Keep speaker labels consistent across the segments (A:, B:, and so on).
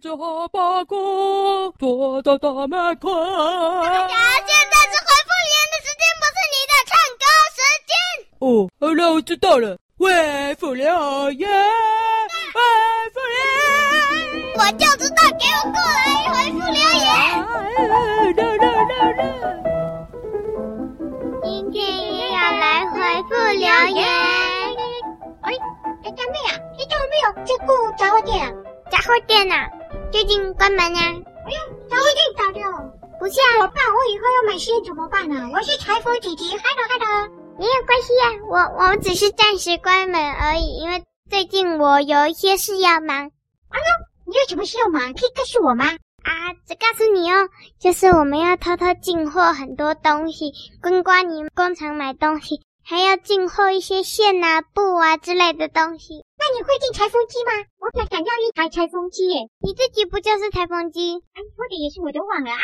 A: 着哈巴狗，多大大麦克。
B: 呀，现在是回复留言的时间，不是你的唱歌时间。
A: 哦，好了，我知道了。喂，福林好耶！喂，福林。
B: 我就知道，给我过来回复留言。
A: 啊，热热热热。
B: 今天也要来回复留言。哎，哎，干妹啊，你怎么没有去顾杂货店啊？杂货店呐、最近关门呀、哎呦，杂货店倒掉了。不是啊，我爸，我以后要买新怎么办呢、我是裁缝姐姐，嗨的嗨的。没有关系呀、我我只是暂时关门而已，因为最近我有一些事要忙。哎呦，你有什么事要忙？可以告诉我吗？啊，只告诉你哦，就是我们要偷偷进货很多东西，跟瓜泥工厂买东西，还要进货一些线啊、布啊之类的东西。那你会进裁缝机吗？我想想要一台裁缝机耶。你自己不就是裁缝机？哎，说的也是，我都忘了啊！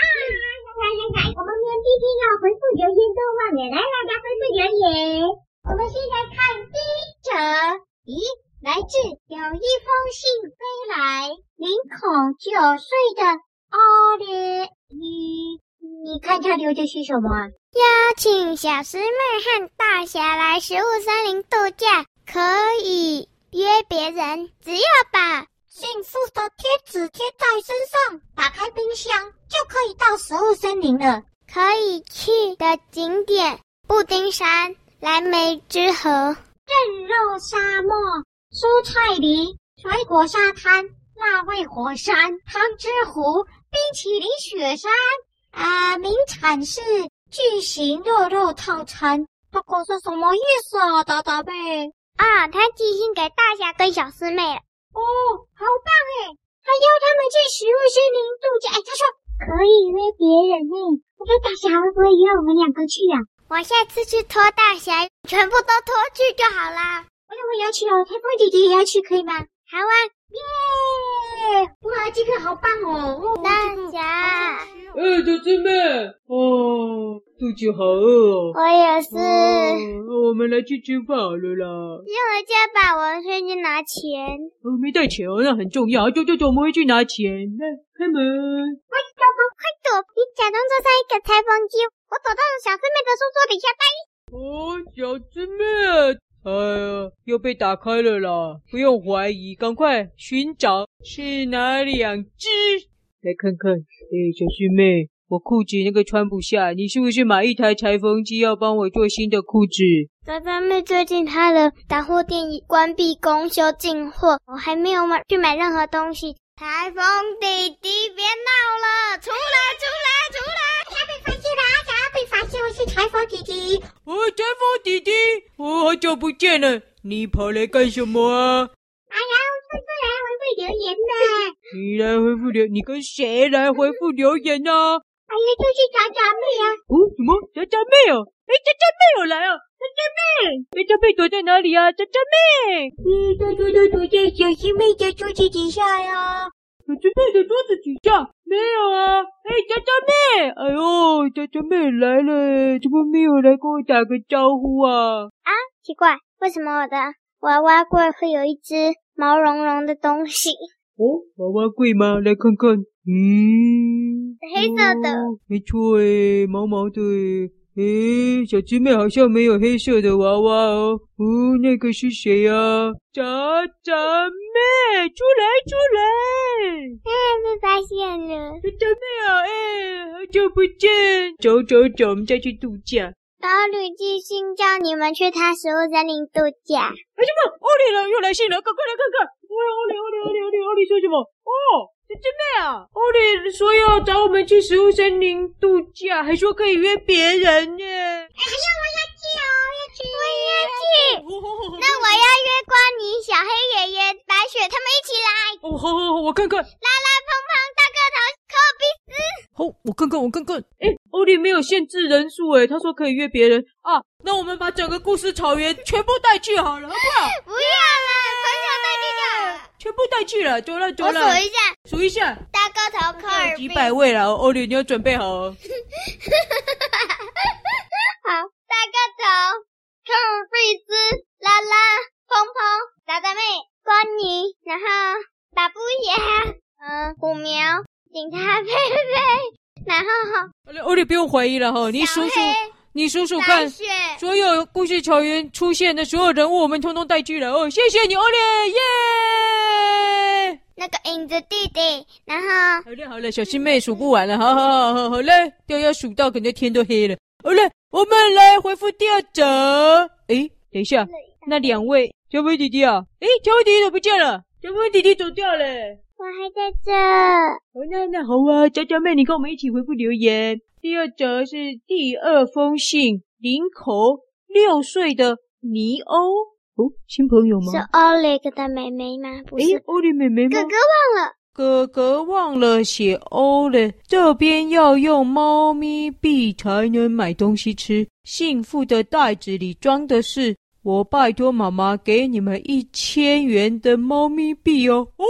B: 来来来，我们连今天要回复留言都忘了，来大家回复留言。我们现在看第一者，咦，来自有一封信飞来，林孔九岁的奥利，你你看他留的是什么啊？邀请小师妹和大侠来食物森林度假，可以约别人，只要把幸福的贴纸贴在身上，打开冰箱就可以到食物森林了。可以去的景点：布丁山、蓝莓之河、镇肉沙漠、蔬菜林、水果沙滩、辣味火山、汤之湖、冰淇淋雪山。啊，名产是巨型肉肉套餐。这个是什么意思啊，达达妹？啊，他寄信给大侠跟小师妹了。哦，好棒哎！还邀他们去食物森林度假。哎，他说可以约别人呢。我说大侠会不会约我们两个去啊？我下次去拖大侠，全部都拖去就好啦。我我也要去哦，台风姐姐也要去，可以吗？好啊，耶！哇，这个好棒哦！哦大侠，
A: 哎，小师妹，哦，肚子好饿哦。
B: 我也是。嗯
A: 哦，我们来去吃饭好了啦。
B: 用回家吧，我先去拿钱。
A: 哦，没带钱哦，那很重要。走走走，我们会去拿钱。来，开门。
B: 快走吧，快走！你假装坐上一个裁缝机，我躲到小师妹的书桌底下待。
A: 哦，小师妹，哎呀，又被打开了啦！不用怀疑，赶快寻找是哪两只？来看看，哎，小师妹，我裤子那个穿不下，你是不是买一台裁缝机要帮我做新的裤子？
B: 大大妹最近她的杂货店已关闭公休进货，我还没有买去买任何东西。裁缝弟弟，别闹了，出来，出来，出来！要被发现了，要被发现，我是裁缝弟弟。
A: 哦，裁缝弟弟，我、好久不见了，你跑来干什么啊？
B: 哎呀，快过来回复留言哎吧！
A: 你来回复留，你跟谁来回复留言呢、啊？
B: 哎呀，就是长长妹啊呀、
A: 哦，什么？渣渣妹哦，哎，渣渣妹有来哦，渣渣妹，哎，渣妹躲在哪里啊？渣渣妹，
B: 嗯，多多多躲在小师妹的桌子底下呀。
A: 小师妹的桌子底下没有啊？哎，渣渣妹，哎呦，渣渣妹来了，怎么没有来跟我打个招呼啊？
B: 啊，奇怪，为什么我的娃娃柜会有一只毛茸茸的东西？
A: 哦，娃娃柜吗？来看看，嗯，
B: 黑色的
A: 哦没错诶，毛毛的诶。诶，小师妹好像没有黑色的娃娃哦。哦，那个是谁呀、啊？渣渣妹，出来出来！
B: 哎，被发现了。
A: 真的没有哎，好久不见！走走走，我们再去度假。
B: 老吕寄信叫你们去他食物森林度假。
A: 哎，什么？奥利了，又来信了，赶快来看看！哎，奥利，奥利，奥利，奥利，奥利说什么？哦，这真妹啊！奥利说要找我们去食物森林度假，还说可以约别人耶。
B: 哎呀，我要去哦，我要去，我也要去。那我要约光你、小黑爷爷、白雪他们一起来。
A: 哦，好好好，我看看。
B: 来来，胖胖大个头，科比斯。
A: 好，我看看，我看看。哎，欧丽没有限制人数哎，他说可以约别人啊。那我们把整个故事草原全部带去好了，好不好？
B: 不要了，从小带去就好了。
A: 全部带去了，走了走
B: 我
A: 了，
B: 数一下，
A: 数一下，
B: 大个头科尔
A: 有
B: 比
A: 几。百位了。欧丽，你要准备好哦。
B: 好，大个头，科尔比斯、拉拉、鹏鹏、达达妹、光妮，然后打布爷，嗯，虎苗、警察贝贝，然后
A: 欧里不用怀疑了哈，你数数
B: 小，
A: 你数数
B: 黑
A: 看
B: 白，雪，
A: 所有故事草原出现的所有人物，我们通通带去了哦。谢谢你，欧里，耶！
B: 那个影子弟弟，然后
A: 好了好了，小师妹数不完了，好好好好好了，都要数到可能天都黑了。好了，我们来回复调查。诶，等一下，那两位小飞弟弟啊，诶，小飞弟弟怎么不见了？小飞弟弟走掉了。
B: 我还在这。
A: 好，那那好啊，娇娇妹，你跟我们一起回复留言。第二则是第二封信，林口六岁的尼欧，哦，新朋友吗
B: 是？Oleg 的妹妹吗？不
A: 诶
B: 是，，
A: 欧丽妹妹吗
B: 哥？哥忘了。
A: 哥哥忘了写欧了，这边要用猫咪币才能买东西吃。幸福的袋子里装的是我拜托妈妈给你们一千元的猫咪币哦。哦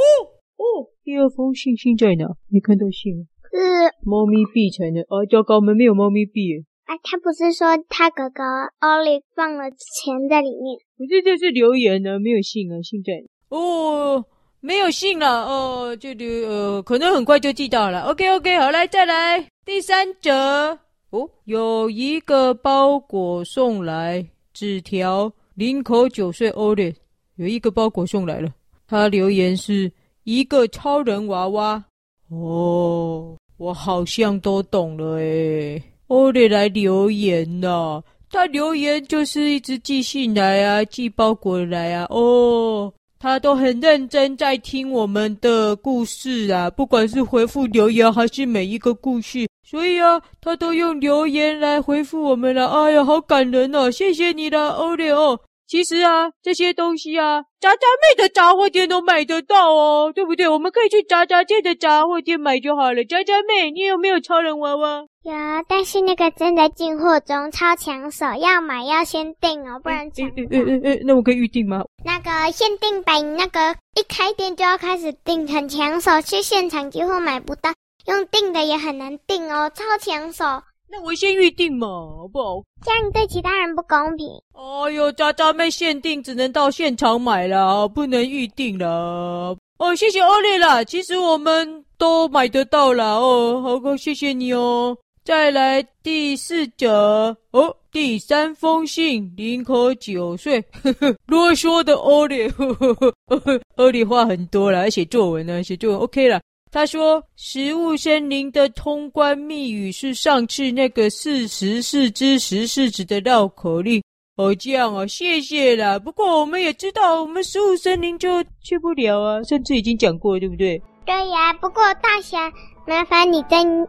A: 哦，第二封信信在哪？没看到信。
B: 是
A: 猫咪币才能啊，糟糕，我们没有猫咪币耶。
B: 啊，他不是说他哥哥 Oleg 放了钱在里面？
A: 可是这是留言呢、没有信啊，信在哪？哦，没有信了哦，这里呃，可能很快就寄到了。OK OK，好来再来第三则哦，有一个包裹送来，纸条，林口九岁欧烈有一个包裹送来了，他留言是一个超人娃娃。哦，我好像都懂了诶。欧烈来留言呐、他留言就是一直寄信来啊，寄包裹来啊。哦，他都很认真在听我们的故事啊，不管是回复留言还是每一个故事，所以啊，他都用留言来回复我们了。哎呀，好感人哦，谢谢你啦，欧烈哦。其实啊，这些东西啊，杂杂妹的杂货店都买得到哦，对不对？我们可以去杂杂界的杂货店买就好了。杂杂妹，你有没有超人娃娃？
B: 有，但是那个正在进货中，超抢手，要买要先订哦，不然抢不
A: 诶
B: 到。
A: 诶诶嗯诶，那我可以预定吗？
B: 那个限定版，那个一开店就要开始订，很抢手，去现场几乎买不到，用订的也很难订哦，超抢手，
A: 那我先预定嘛，好不好？
B: 这样对其他人不公平。
A: 哎呦，渣渣妹限定只能到现场买了，不能预定了。哦，谢谢欧丽啦，其实我们都买得到啦。哦，好哥，谢谢你哦。再来第四则哦，第三封信，林可九岁， 呵呵啰嗦的欧丽， 呵呵呵呵欧丽话很多啦，还写作文呢，写作文 OK 啦。他说：“食物森林的通关密语是上次那个四十四只石柿子的绕口令。哦，这样哦，谢谢啦。不过我们也知道，我们食物森林就去不了啊，上次已经讲过，对不对？
B: 对呀、不过大侠，麻烦你再念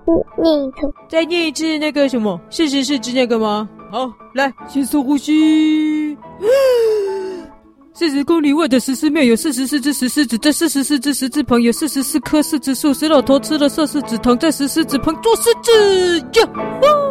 B: 一次。
A: 再念一次那个什么四十四只那个吗？好，来，先深呼吸。 四十公里外的石狮庙有四十四只石狮子，在四十四只石子旁有四十四棵柿子树。石老头吃了射柿子藤，在石狮子旁做柿子。呀呼